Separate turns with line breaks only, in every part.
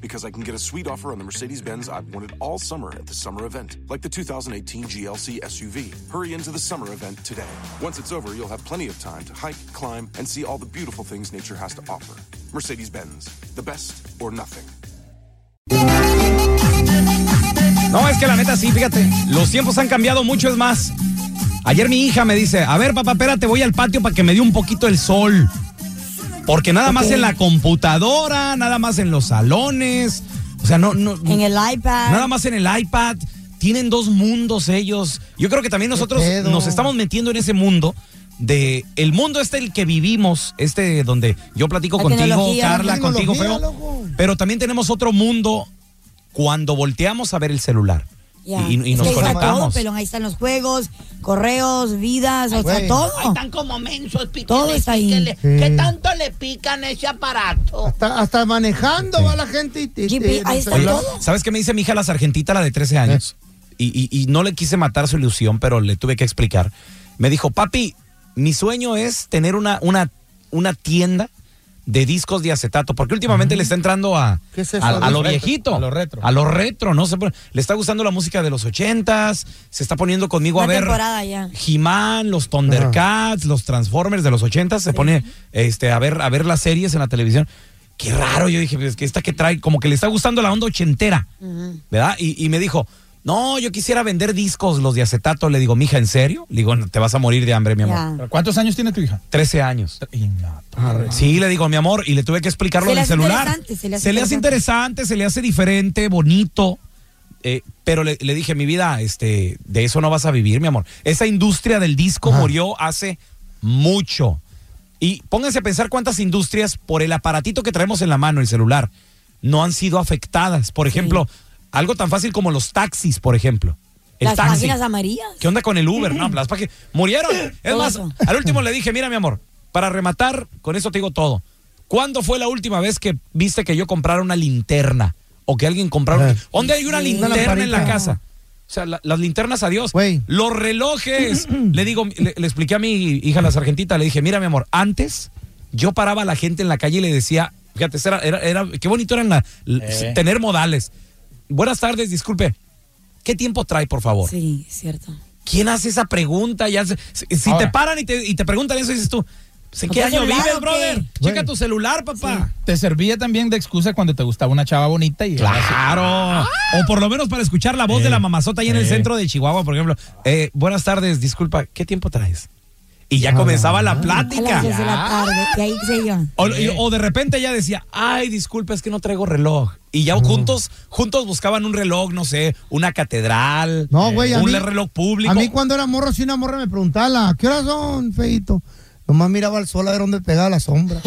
Because I can get a sweet offer on the Mercedes Benz I've wanted all summer at the summer event, like the 2018 GLC SUV. Hurry into the summer event today. Once it's over, you'll have plenty of time to hike, climb, and see all the beautiful things nature has to offer. Mercedes Benz, the best or nothing.
No, es que la neta sí, fíjate, los tiempos han cambiado mucho, es más. Ayer mi hija me dice, a ver papá, espérate, voy al patio para que me dé un poquito el sol. Porque nada más en la computadora, nada más en los salones, o sea, no, no,
En el iPad.
nada más en el iPad. Tienen dos mundos ellos. Yo creo que también nosotros
pedo?
nos estamos metiendo en ese mundo de el mundo este el que vivimos, este donde yo platico
La
contigo,
tecnología.
Carla,
La
contigo,
tecnología,
feo.
loco.
Pero también tenemos otro mundo cuando volteamos a ver el celular.
Ya.
Y, y- y
Es
nos
que ahí está todo,
conectamos.
pelón. Ahí están los juegos, correos, vidas, o sea,
güey.
todo.
Ahí están como mensos, piqueles,
Todo está ahí.
piqueles.
Sí.
¿Qué tanto le pican ese aparato?
Hasta, hasta manejando va la gente y te.
GP, ahí está
Oye,
todo.
¿sabes qué me dice mi hija la sargentita, la de 13 años? Y, y- y no le quise matar su ilusión, pero le tuve que explicar. Me dijo, papi, mi sueño es tener una, una, una tienda de discos de acetato, porque últimamente le está entrando a,
Mm. ¿Qué es eso?
a,
A los
a lo
retro,
viejito.
a lo retro.
A lo retro, no sé. por- Le está gustando la música de los ochentas, se está poniendo conmigo a
Una
ver.
temporada ya.
He-Man, los Thundercats, los Transformers de los 80 se pone este a ver a ver las series en la televisión. Qué raro, yo dije, pues que esta que trae como que le está gustando la onda ochentera. ¿Verdad? Y, y me dijo, "No, yo quisiera vender discos los de acetato." Le digo, "Mija, ¿en serio?" Le digo, "No, "Te vas a morir de hambre, mi amor."
Ya.
¿Cuántos años tiene tu hija?
13 años. Ah, Sí, le digo, mi amor, y le tuve que explicar lo
Se le
del
hace
celular.
interesante,
se le hace interesante, se le hace diferente, bonito. eh, pero le, le dije, mi vida, este, de eso no vas a vivir, mi amor. Esa industria del disco
Ajá.
murió hace mucho. Y pónganse a pensar cuántas industrias, por el aparatito que traemos en la mano, el celular, no han sido afectadas. Por ejemplo, algo tan fácil como los taxis, por ejemplo. El
Las
taxi.
páginas amarillas.
¿Qué onda con el Uber? No, las páginas. Murieron. Es
Todo
más,
eso.
al último le dije, mira, mi amor, para rematar, con eso te digo todo. ¿Cuándo fue la última vez que viste que yo comprara una linterna? O que alguien comprara.
Ah.
un- ¿Dónde hay una
Sí.
linterna en la
Una
casa? O sea, la- las linternas, adiós.
Güey.
Los relojes. le digo, le, le expliqué a mi hija, la sargentita, le dije, mira, mi amor, antes yo paraba a la gente en la calle y le decía, fíjate, era, era, era- qué bonito eran la-
Eh.
tener modales. Buenas tardes, disculpe. ¿Qué tiempo trae, por favor?
Sí, cierto.
¿Quién hace esa pregunta? Ya se- si si
Ahora.
te paran y te, y te preguntan eso, dices tú, ¿en
¿No
qué
traes
año
celular
vives,
o qué?
brother?
Güey.
Checa tu celular, papá.
Te servía también de excusa cuando te gustaba una chava bonita y
Claro. O por lo menos para escuchar la voz de la mamazota ahí en el
Eh.
centro de Chihuahua, por ejemplo. Eh, buenas tardes, disculpa, ¿qué tiempo traes? Y
Ah,
ya comenzaba la
A las 10 de
plática.
la tarde. Y ahí se iban.
O, y- o de repente ya decía, ay, disculpa, es que no traigo reloj. Y ya juntos, juntos buscaban un reloj, no sé, una catedral,
No, güey, a
un
mí-
reloj público.
A mí cuando era morro, si una morra me preguntaba, "¿La- ¿qué horas son, feito? Nomás miraba al sol a ver dónde pegaba la sombra.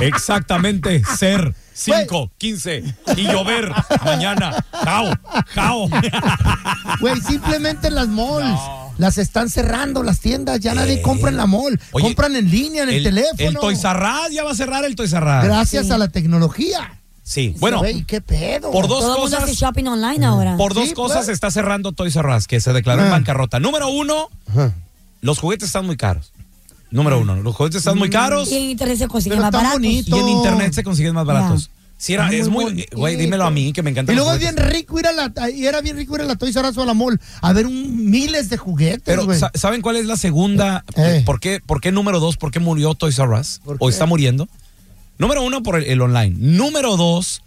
Exactamente, ser 5, 15 y llover mañana. Jao, jao.
Güey, simplemente en las malls. Las están cerrando las tiendas, ya nadie compra en la mall.
Oye,
compran en línea, en el, teléfono.
El Toys R Us, ya va a cerrar el Toys R Us.
Gracias a la tecnología.
Sí, bueno,
Güey, qué pedo.
por dos
Todo el mundo
cosas,
hace shopping online ahora.
por dos
Sí,
cosas
pues.
está cerrando Toys R Us, que se declaró en
Ah.
bancarrota. Número uno,
Ajá.
los juguetes están muy caros. Número uno, los juguetes están
Mm,
muy caros
Y en internet se consigue
Mm. Pero
más
está
baratos.
bonito.
y en internet se consiguen más baratos. Si era,
Muy
es muy,
bonito.
güey, dímelo a mí que me encanta.
Y luego es bien rico ir a la, y era bien rico ir a la Toys R Us o a la mall a ver un, miles de juguetes,
Pero
güey.
sa- ¿saben cuál es la segunda?
Eh.
¿Por, qué, ¿Por qué número dos? ¿Por qué murió Toys R Us?
¿Por
¿O
qué?
está muriendo? Número uno, por el, el online. Número dos,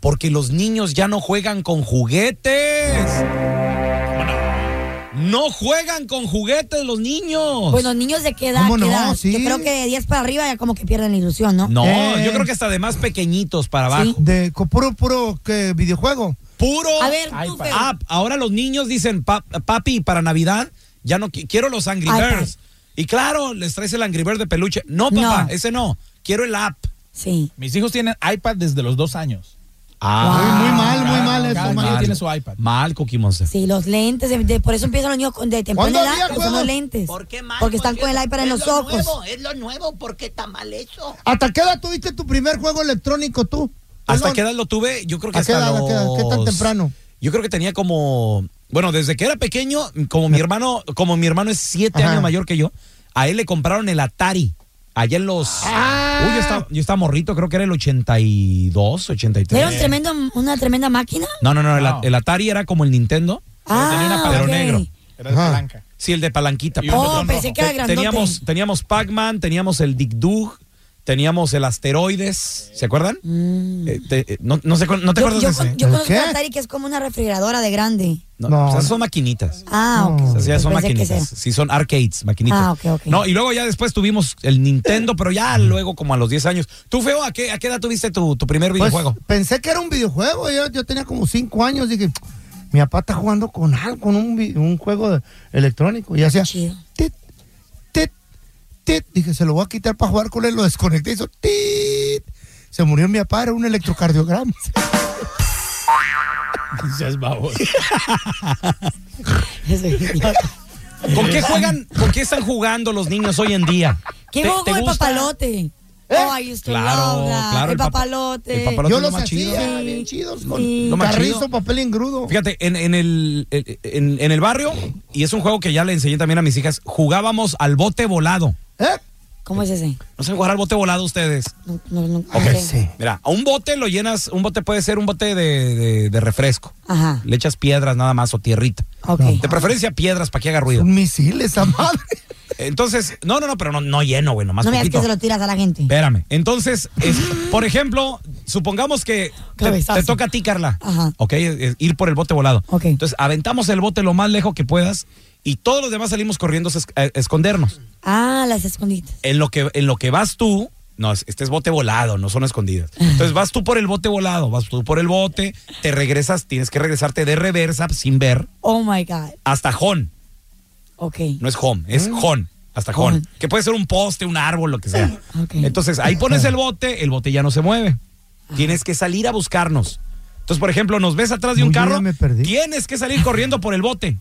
porque los niños ya no juegan con juguetes. ¿Cómo No No juegan con juguetes los niños.
Bueno, Pues niños de qué edad,
¿Cómo
qué
no?
edad?
Sí.
Yo creo que de 10 para arriba ya como que pierden la ilusión, ¿no?
no,
Eh.
Oh, yo creo que hasta de más pequeñitos para abajo.
De co- puro, puro ¿qué? videojuego.
Puro
A ver, tú, Fer.
app. Ah, Ahora los niños dicen, "Pa- papi, para Navidad ya no qui- quiero los Angry
iPad.
Birds. Y claro, les traes el Angry Bird de peluche. No, papá,
No.
ese no. Quiero el app.
Sí.
Mis hijos tienen iPad desde los dos años.
Ah,
muy, muy mal, muy mal eso.
Cada
mal.
niño tiene su iPad.
Mal, Cookie Monster.
Sí, los lentes, de- de- por eso empiezan los niños con, de temprana
¿Cuándo
edad,
había
que usan los
juegos?
lentes.
¿Por qué mal?
porque están
Por
con el
cierto,
iPad en
es
los
lo
ojos.
Nuevo, es lo nuevo, ¿por qué está mal eso?
¿Hasta qué edad tuviste tu primer juego electrónico tú?
¿Hasta
Pelón.
qué edad lo tuve? Yo creo que
¿A qué
hasta
edad, a qué edad? ¿Qué tan
los-
temprano?
Yo creo que tenía como... Bueno, desde que era pequeño, como mi hermano, como mi hermano es siete
Ajá.
años mayor que yo, a él le compraron el Atari. Allá en los...
Ah.
Uy, yo estaba, yo estaba morrito, creo que era el 82, 83.
Era un tremendo, una tremenda máquina.
No, no, no, el,
No.
el Atari era como el Nintendo.
ah,
tenía una
pero
ok.
negro.
Era de
Ajá.
palanca.
Sí, el de palanquita.
Y
pa-
un
Oh,
botón
pensé
rojo.
que era
Te-
grandote.
teníamos, teníamos Pac-Man, teníamos el Dig Dug, teníamos el Asteroides, ¿se acuerdan? Eh, te- eh, no, no sé cu- ¿no te
Mm. yo,
acuerdas
yo
de ese?
con- yo
¿El
conozco
qué?
un Atari que es como una refrigeradora de grande.
No,
No.
esas son maquinitas.
Ah, ok.
Esas ya son
Pensé que
maquinitas.
sea.
Sí, son arcades, maquinitas.
Ah, ok, ok.
No, y luego ya después tuvimos el Nintendo, pero ya luego como a los 10 años. ¿Tú, Feo, a qué, a qué edad tuviste tu, tu primer
Pues,
videojuego?
pensé que era un videojuego. Yo, yo tenía como cinco años. Dije, mi papá está jugando con algo, con un, vi- un juego de- electrónico. Y hacía
Chido.
tit, tit, tit. Dije, se lo voy a quitar para jugar con él. Lo desconecté y hizo tit. Se murió mi papá, era un electrocardiograma.
Seas baboso.
¿Con qué juegan, con qué están jugando los niños hoy en día?
¿Qué
¿Te-
jugó
te
el
gusta?
papalote? Oh, I used to
Claro,
love that.
claro,
El,
el papa-
papalote.
el papalote.
¿Eh? Yo
es lo
los
más
hacía
chido.
bien chidos con
Sí.
Lo más
carrizo,
chido.
papel engrudo.
Fíjate, en, en el, eh, en, en el barrio, y es un juego que ya le enseñé también a mis hijas, jugábamos al bote volado.
¿Eh?
¿Cómo es ese?
¿No saben jugar al bote volado ustedes?
No, no, no, no
Ay,
sé.
sí.
Mira, a un bote lo llenas, un bote puede ser un bote de, de- de refresco.
Ajá.
Le echas piedras nada más o tierrita.
Ok.
De preferencia piedras para que haga ruido.
Un misil esa madre.
Entonces, no, no, no, pero no, no lleno, güey, nomás
No me digas
poquito.
que se lo tiras a la gente.
Espérame. Entonces, es- por ejemplo, supongamos que te,
Cabezazo.
te toca a ti, Carla.
Ajá.
Ok, eh, ir por el bote volado.
Ok.
Entonces, aventamos el bote lo más lejos que puedas y todos los demás salimos corriendo a es- a escondernos.
Ah, las escondidas.
En lo que, en lo que vas tú. No, es- este es bote volado, no son escondidas. Entonces vas tú por el bote volado, vas tú por el bote, te regresas, tienes que regresarte de reversa sin ver
Oh my God.
hasta Jon.
Ok. Mm.
No es home, es jon. Hasta
Jon.
jon. Que puede ser un poste, un árbol, lo que sea.
Ok.
Entonces, ahí pones el bote, el bote ya no se mueve. Tienes que salir a buscarnos. Entonces, por ejemplo, nos ves atrás de un
No, yo ya
carro,
me perdí.
tienes que salir corriendo por el bote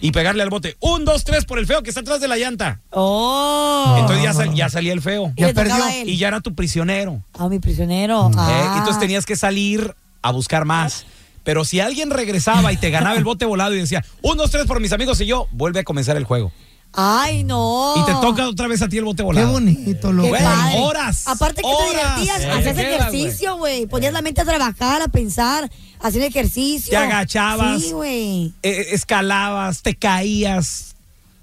y pegarle al bote. Un, dos, tres por el feo que está atrás de la llanta.
Oh.
Entonces ya, sal- ya salía el feo.
Y le
ya perdió.
tocaba a él.
Y ya era tu prisionero.
A mi prisionero.
¿eh?
Ah.
Entonces tenías que salir a buscar más. Pero si alguien regresaba y te ganaba el bote volado y decía, un, dos, tres por mis amigos y yo, vuelve a comenzar el juego.
Ay, no.
Y te toca otra vez a ti el bote
Qué
volado.
bonito,
Qué
loco.
Güey,
padre.
horas,
Aparte que
horas.
te divertías,
Eh,
hacías
te quedas,
ejercicio, güey. Ponías la mente a trabajar, a pensar, hacer ejercicio.
Te agachabas.
Sí, güey.
Eh, escalabas, te caías.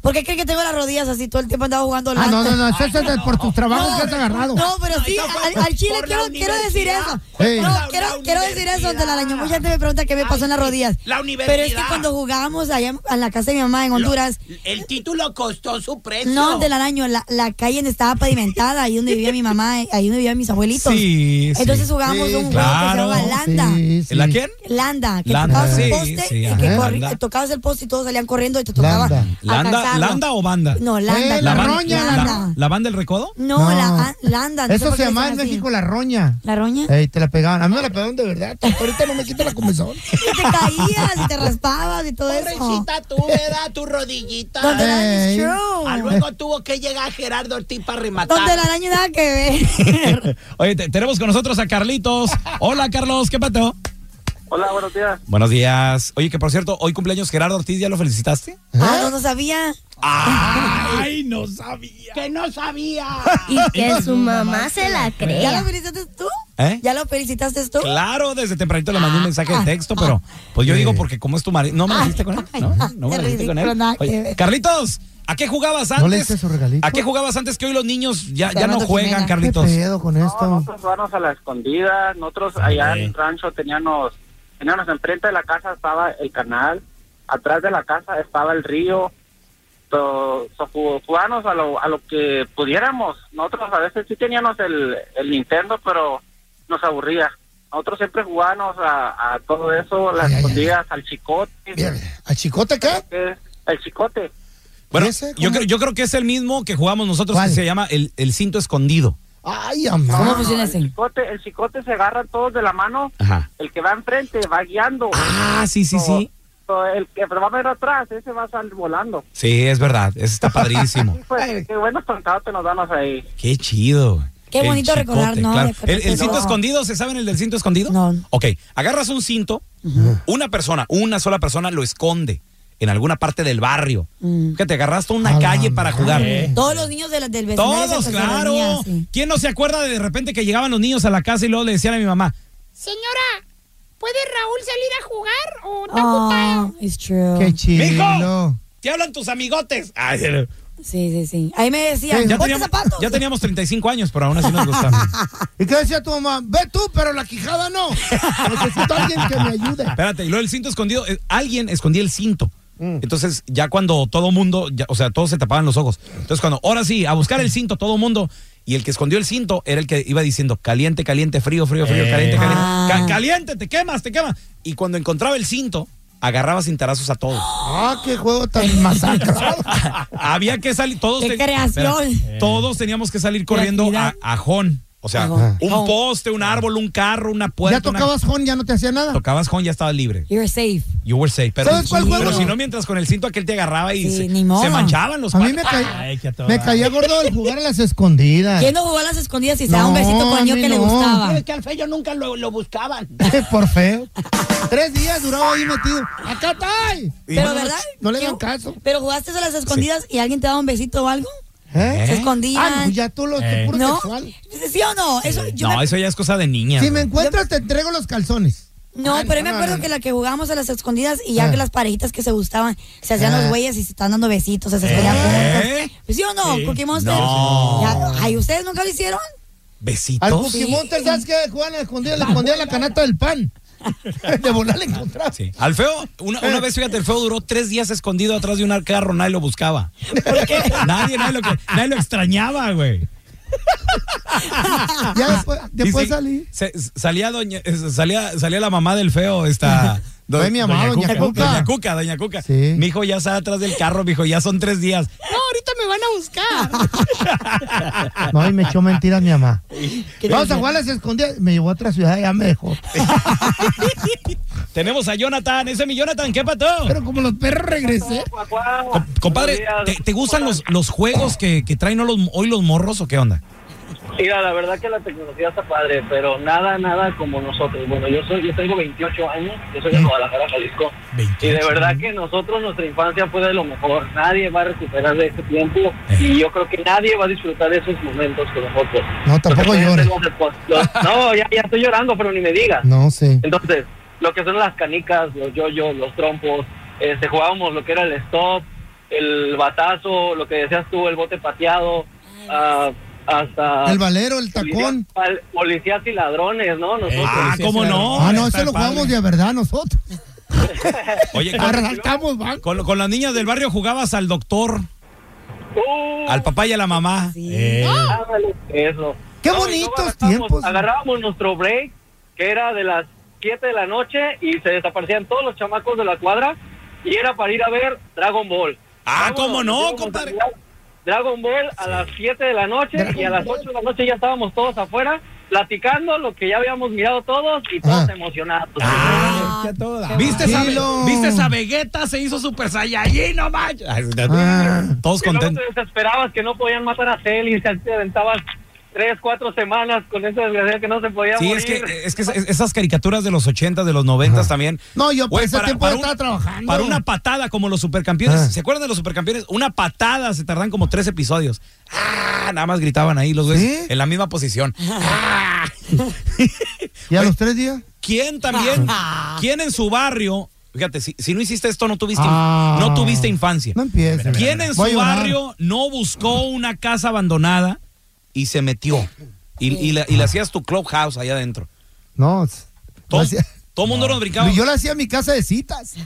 ¿Por qué crees que tengo las rodillas así todo el tiempo andaba jugando
Ah, no,
lata?
no, no, eso es de- por tus trabajos que has agarrado.
No, pero sí,
Eso fue
al,
por-
al chile
por
quiero,
la
quiero decir eso.
universidad.
Hey.
No,
Por la
quiero, quiero decir eso, don Telaraño. Mucha gente me pregunta qué me pasó en las
Ay,
rodillas.
la universidad.
Pero es que cuando jugábamos allá en la casa de mi mamá en Honduras,
El título costó su precio.
no, don Telaraño, la, la calle estaba pavimentada, ahí donde vivía mi mamá, eh, ahí donde vivían mis abuelitos.
Sí, sí.
Entonces jugábamos
Sí,
un
claro.
juego que se llama Landa.
Sí, sí.
¿La quién?
Landa, que
Landa,
tocabas un
sí,
poste
sí,
y
ajá.
que
Landa.
corri- tocabas el poste y todos salían corriendo y te tocaba.
Landa.
¿Landa,
alcanzarlo.
¿Landa o banda?
No, Landa.
Eh, la
claro.
roña, la
Landa.
la, la banda del recodo?
No,
No.
la a- Landa. no sé
Eso
por
se
qué le
llamaba en
dicen así.
México la roña. Eh.
¿La roña?
Ey, te la pegaban. A mí me la pegaron de verdad. Ahorita no me quita la comezón.
Y te caías y te raspabas y todo eso. Oh.
Pobrecita tú, ¿verdad? Tu rodillita.
Donde la araña es
Ey.
Ah,
true.
luego tuvo que llegar Gerardo Ortiz para rematar.
Donde la araña nada que
¿Eh?
ver.
Oye, te- tenemos con nosotros a Carlitos. Hola, Carlos, ¿qué pato?
Hola, buenos días.
Buenos días. Oye, que por cierto, hoy cumpleaños Gerardo Ortiz, ¿ya lo felicitaste?
Ah, no, no sabía.
¡Ay, no sabía!
Que no sabía.
Y que su mamá se la
¿Ya
crea.
lo felicitaste tú?
¿Eh?
¿Ya lo felicitaste tú?
Claro, desde tempranito le mandé un mensaje de texto, pero pues yo digo porque como es tu marido, no me la hiciste con él, ¿no? No me la hiciste con él. Oye, Carlitos, ¿a qué jugabas
¿No le
antes?
hice su regalito?
¿A qué jugabas antes que hoy los niños ya, ya no
Fernando
juegan,
Jimena.
Carlitos?
¿Qué pedo con esto?
No, nosotros jugábamos a la escondida. Nosotros allá en
Ey.
el rancho teníamos, teníamos enfrente de la casa estaba el canal, atrás de la casa estaba el río. So, so, ju- jugábamos a lo, a lo que pudiéramos. Nosotros a veces sí teníamos el, el Nintendo, pero nos aburría. Nosotros siempre jugábamos a, a todo eso, las
Ay, ay, ay.
escondidas, al chicote.
Mira, mira, ¿A Chicote acá?
que es El chicote.
Bueno,
¿Y ese?
yo
¿Cómo?
creo, yo creo que es el mismo que jugamos nosotros
¿Cuál?
que se llama el, el cinto escondido.
Ay, amor.
¿Cómo funciona
El
ese?
chicote, el chicote se agarra todos de la mano.
Ajá.
El que va enfrente va guiando.
Ah, sí, sí, sí.
So, el que va a ver atrás, ese va a salir volando.
Sí, es verdad. Ese está padrísimo.
Y pues, qué buenos pantados te nos damos ahí.
Qué chido. güey.
Qué
El
bonito recordar, ¿no?
claro.
De-
El, el cinto
no.
escondido, ¿se saben el del cinto escondido?
No.
Ok, agarras un cinto, una persona, una sola persona lo esconde en alguna parte del barrio.
Mm.
Que te agarraste una
A la
calle para
madre.
jugar.
Todos los niños de la- del vecindario.
Todos,
se casaron,
claro.
niñas, sí.
¿Quién no se acuerda de, de repente que llegaban los niños a la casa y luego le decían a mi mamá,
Señora, ¿puede Raúl salir a jugar o
Oh, it's true.
Qué chido.
¡Mijo! te hablan tus amigotes? Ay, ya
Sí, sí, sí. Ahí me decían,
teníamos-
ponte zapatos.
ya teníamos 35 años, pero aún así nos gustaba.
¿Y qué decía tu mamá? Ve tú, pero la quijada no. Necesito a alguien que me ayude.
Espérate, y luego el cinto escondido, eh, alguien escondía el cinto. Entonces, ya cuando todo mundo, ya- o sea, todos se tapaban los ojos. Entonces, cuando, ahora sí, a buscar el cinto, todo mundo. Y el que escondió el cinto era el que iba diciendo caliente, caliente, frío, frío, frío, caliente, caliente.
Ah.
Ca- caliente, te quemas, te quemas. Y cuando encontraba el cinto, agarraba cintarazos a todos.
Ah, qué juego tan masacrado.
Había que salir, todos.
¡Qué
te-
creación!
espera, todos teníamos que salir corriendo a,
Creatividad.
a Jón. O sea,
A Jón.
un
Jón. Ah.
poste, un árbol, un carro, una puerta.
Ya
una-
tocabas Jon, ya no te hacía nada.
Tocabas Jón, ya estaba libre.
You're safe.
You were safe. Pero,
¿Sabes cuál juego?
pero si no, mientras con el cinto aquel te agarraba y
Sí,
se,
ni modo.
se manchaban los
A mí
palos.
me, ca-
Ay, que a toda-
me caía gordo el jugar a las escondidas.
¿Quién no jugó a las escondidas y se da un
No,
besito con el niño
a mí
que le
no.
gustaba?
Es que al feo nunca lo, lo buscaban.
Por feo. Tres días duraba ahí metido. ¡Acá está!
Pero, ¿verdad?
No le
¿Qué-
dan caso.
¿Pero jugaste a las escondidas y alguien te daba un besito o algo?
¿Eh?
Se
¿Eh?
Ah, no,
escondían.
ya tú lo tú
Eh.
puro
¿No?
sexual.
¿Sí o no? Eso, yo
No,
me-
eso ya es cosa de niña.
Si me
güey.
encuentras, te entrego los calzones.
No,
Ah,
pero
no,
me
no,
acuerdo
no. Eh.
que la que jugábamos a las escondidas y ya que las parejitas que se gustaban se hacían
Ah.
los güeyes y se estaban dando besitos, se escondían
¿Eh?
juntos. Pues, ¿Sí o no? Cookie Monster.
No.
Ya- ay, ¿ustedes nunca lo hicieron?
Al
¿Besitos?
Cookie Monster, ¿sabes qué? Juan escondida, le escondía la canasta del pan. De volar le encontraba.
Sí. Al feo, una,
Eh.
una vez, fíjate, el feo duró tres días escondido atrás de un carro, nadie lo buscaba. Nadie, nadie lo, que- nadie lo extrañaba, güey.
Ya después, después
Y se-
salí.
se- salía, doña, eh, salía, salía la mamá del feo, esta. do-
Fue mi mamá, doña Cuca.
Doña Cuca, doña Cuca.
Sí.
Mi hijo ya está atrás del carro, mi hijo, ya son tres días. ah,
No, y me echó mentiras mi mamá. Vamos a jugar a las escondidas. Me llevó a otra ciudad y ya me dejó.
Tenemos a Jonathan, ese es mi Jonathan, ¿qué pató?
Pero como los perros regresé.
Com- Compadre, ¿te, te gustan los, los juegos que, que traen hoy los, hoy los morros o qué onda?
Mira, la verdad que la tecnología está padre, pero nada, nada como nosotros. Bueno, yo soy, yo tengo 28 años, yo
Mm.
soy de Guadalajara, Jalisco. Y de verdad que nosotros, nuestra infancia fue de lo mejor. Nadie va a recuperar de ese tiempo
Eh.
y yo creo que nadie va a disfrutar de esos momentos con nosotros.
No, tampoco
Lo que pueden
llores.
ser los- los- No, ya, ya estoy llorando, pero ni me digas.
No sé.
Entonces, lo que son las canicas, los yoyos, los trompos, este, jugábamos lo que era el stop, el batazo, lo que decías tú, el bote pateado, ah, hasta...
El valero, el tacón.
Policías, pal- policías y ladrones, ¿no? Nosotros.
Ah, ¿cómo no?
Ah, no,
Está
eso lo
padre.
jugamos de verdad nosotros.
Oye, con,
Arrancamos, banco.
con- con las niñas del barrio jugabas al doctor,
¡Uh! ah,
al papá y a la mamá. Ah, Eh,
Ándale, eso.
Qué
No, y
bonitos
luego agarrábamos-
tiempos.
Agarrábamos nuestro break, que era de las 7 de la noche, y se desaparecían todos los chamacos de la cuadra, y era para ir a ver Dragon Ball.
Ah,
Vámonos,
¿cómo no,
nos íbamos a
compadre?
mirar Dragon Ball a las 7 de la noche, y a las 8 de la noche ya estábamos todos afuera, platicando lo que ya habíamos mirado todos, y todos
Ah.
emocionados.
Ay, que a toda-
Ah. ¿Viste, esa,
Tranquilo.
¿Viste esa Vegeta? Se hizo Super Saiyajin, no manches. Ay,
Ah.
Todos
Que luego
contentos.
te desesperabas que no podían matar a Cell y te aventabas
tres, cuatro semanas con esa desgracia que no se podía
Sí,
morir.
es que, eh, es que esas- esas caricaturas de los 80, de los 90 también.
No, yo
Güey,
por Pues, ese tiempo ya estaba trabajando.
Para una patada como los
Ah.
supercampeones. ¿Se acuerdan de los supercampeones? Una patada se tardan como tres episodios. Ah, nada más gritaban ahí los güeyes en la misma posición. Ah.
¿Y a los tres días?
¿Quién también? ¿Quién en su barrio? Fíjate, si, si no hiciste esto, no tuviste,
Ah.
no tuviste infancia.
No empieces.
¿Quién en su
Voy a llorar.
barrio no buscó una casa abandonada y se metió? Y, y la- y le hacías tu clubhouse allá adentro.
No. s-
Todo todo mundo nos brincaba.
Yo la hacía en mi casa de citas.
Sí,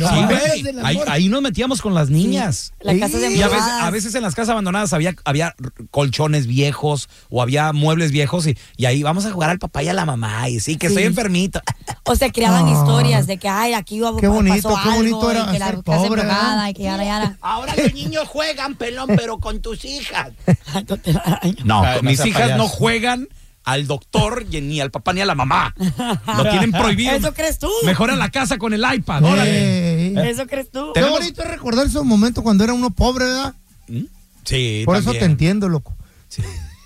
No,
güey.
es del amor.
ahí, ahí nos metíamos con las niñas.
Sí, las casas de
y a veces,
embrujadas.
a veces en las casas abandonadas había, había colchones viejos o había muebles viejos y, y ahí vamos a jugar al papá y a la mamá y sí, que
Sí.
estoy enfermito.
Ah.
O sea,
Ah.
creaban historias de que, ay, aquí iba
Qué bonito,
pasó
qué
algo,
bonito
y
era
que la
ser
casa
pobre,
embrujada,
¿verdad?
y que yara, yara.
Ahora los niños juegan, pelón, pero con tus hijas.
No,
Ay, no
mis
sea
hijas
payaso.
no juegan al doctor y- ni al papá ni a la mamá. Lo tienen prohibido.
¿Eso crees tú?
Mejor en la casa con el iPad.
Eh,
Órale.
¿Eso crees tú?
Qué bonito es recordar esos momentos cuando era uno pobre, ¿verdad?
Sí,
Por eso te
también.
entiendo, loco.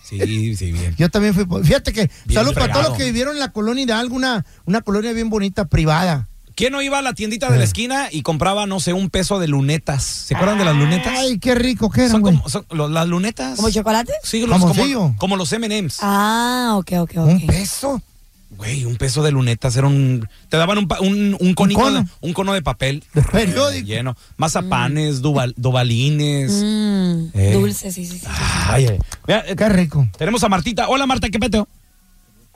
Sí, sí, bien.
Yo también fui pobre. Fíjate que,
Bien
salud para todos
fregado.
los que vivieron en la colonia Hidalgo, una, una colonia bien bonita, privada.
¿Quién no iba a la tiendita
Eh.
de la esquina y compraba, no sé, un peso de lunetas? ¿Se acuerdan de las lunetas?
Ay, qué rico que
Son
eran, güey.
como son lo- las lunetas.
¿Como chocolate?
Sí, los-
Jamoncillo.
como, como los MMs.
Ah, ok, ok, ok.
¿Un peso?
Güey, un peso de lunetas era un. Te daban un, pa- un, un conito,
cono.
de- un cono de papel. Eh,
periódico. Mm.
Lleno. Mazapanes, duval- dobalines.
Mm,
Eh.
Dulce, sí, sí, sí.
Ay, ay. Mira, eh,
Qué rico.
Tenemos a Martita. Hola, Marta, ¿qué peteo?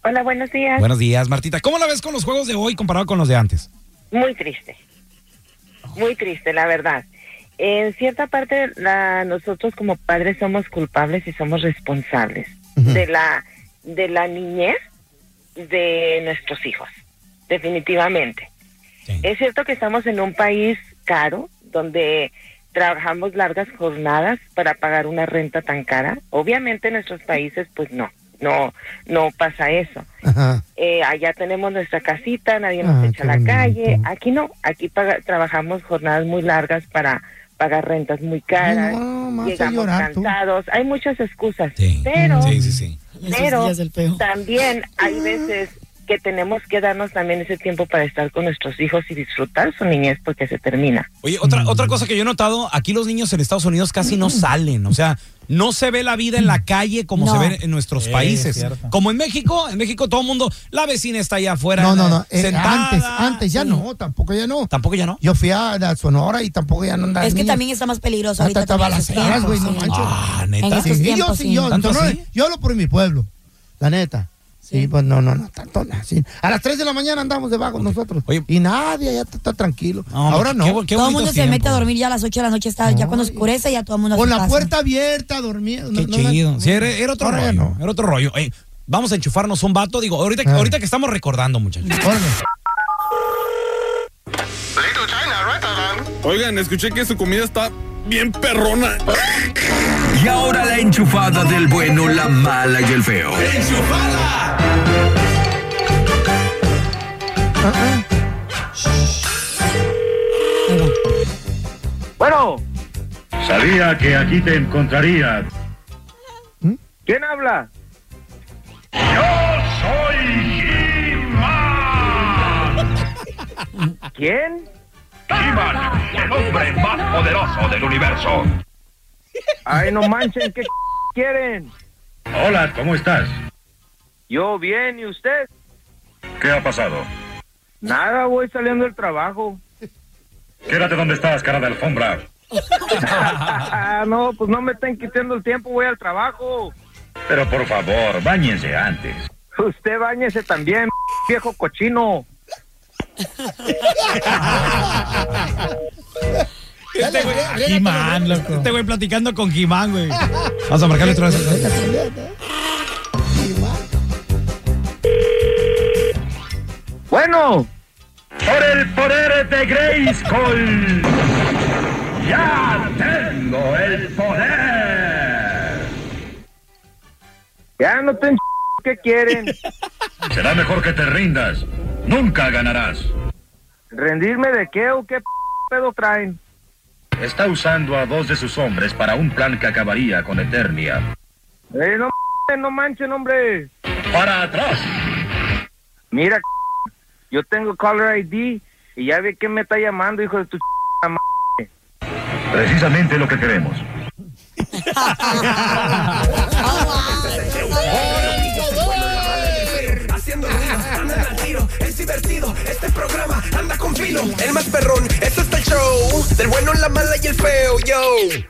Hola, buenos días.
Buenos días, Martita. ¿Cómo la ves con los juegos de hoy comparado con los de antes?
Muy triste. Muy triste, la verdad. En cierta parte, la- nosotros como padres somos culpables y somos responsables de la de la niñez de nuestros hijos, definitivamente. Es cierto que estamos en un país caro donde trabajamos largas jornadas para pagar una renta tan cara. Obviamente en nuestros países, pues no, no, no pasa eso.
Ajá.
Eh, allá tenemos nuestra casita, nadie nos
Ah,
echa a
qué
la
bonito.
calle. Aquí no, aquí paga- trabajamos jornadas muy largas para pagar rentas muy caras.
más a
llegamos
llorar, tú.
cansados. Hay muchas excusas, pero, pero
días del peor.
también
Ah.
hay veces que tenemos que darnos también ese tiempo para estar con nuestros hijos y disfrutar su niñez porque se termina.
Oye,
Mm.
otra, otra cosa que yo he notado, aquí los niños en Estados Unidos casi no salen, o sea, no se ve la vida en la calle como
No.
se ve en nuestros
Sí,
países.
es cierto.
Como en México, en México todo el mundo, la vecina está allá afuera.
No, no, no.
eh,
eh,
sentada.
antes, antes ya no, tampoco ya no.
Tampoco ya no.
Yo fui a la Sonora y tampoco ya no andaba.
Es que también está más peligroso ahorita.
Hasta
también en esos
balaceras, güey, no
tiempos, sí.
manches.
En estos
Sí, yo,
tiempos,
sí,
sí.
yo,
¿Tanto
Sonora,
así?
yo hablo por mi pueblo, la neta. Sí, pues no, no, no, tanto no, sí. A las 3 de la mañana andamos de vagos nosotros. y nadie ya está, está tranquilo. Ahora no.
todo el mundo se mete a dormir ya a las 8 de la noche, está, ya cuando oscurece ya todo el mundo a
Con
su
la
casa.
puerta abierta, dormido.
Qué chido. Sí, era, era otro rollo. Era otro rollo. Oye, vamos a enchufarnos un vato. Digo, ahorita, ahorita que estamos recordando, muchachos.
Oigan, escuché que su comida está bien perrona.
Y ahora la enchufada del bueno, la mala y el feo.
Bueno. Sabía que aquí te encontraría.
¿Mm?
¿Quién habla?
¿Quién? He-Man, el hombre más poderoso del universo.
Ay, no manchen, ¿qué quieren?
Hola, ¿cómo estás?
Yo bien, ¿y usted?
¿Qué ha pasado?
Nada, voy saliendo del trabajo.
Quédate donde estás, cara de alfombra.
Ah, no, pues no me estén quitando el tiempo, voy al trabajo.
Pero por favor, bañense antes.
Usted bañese también, viejo cochino.
Este güey, Este güey platicando con Jimán, güey. Vamos a marcarle otra vez.
Bueno.
Por el poder de Grayskull. Ya tengo el poder.
Ya no te ¿qué quieren?
Será mejor que te rindas. Nunca ganarás.
¿Rendirme de qué o qué p- pedo traen?
Está usando a dos de sus hombres para un plan que acabaría con Eternia.
Eh, no, no manchen, hombre.
Para atrás.
Mira, c- yo tengo caller ID y ya ve que me está llamando, hijo de tu ch- madre.
Precisamente lo que queremos.
Haciendo ruido, andan al tiro, es divertido, este programa anda con filo. El más perrón, este está el show, del bueno, la mala y el feo, yo.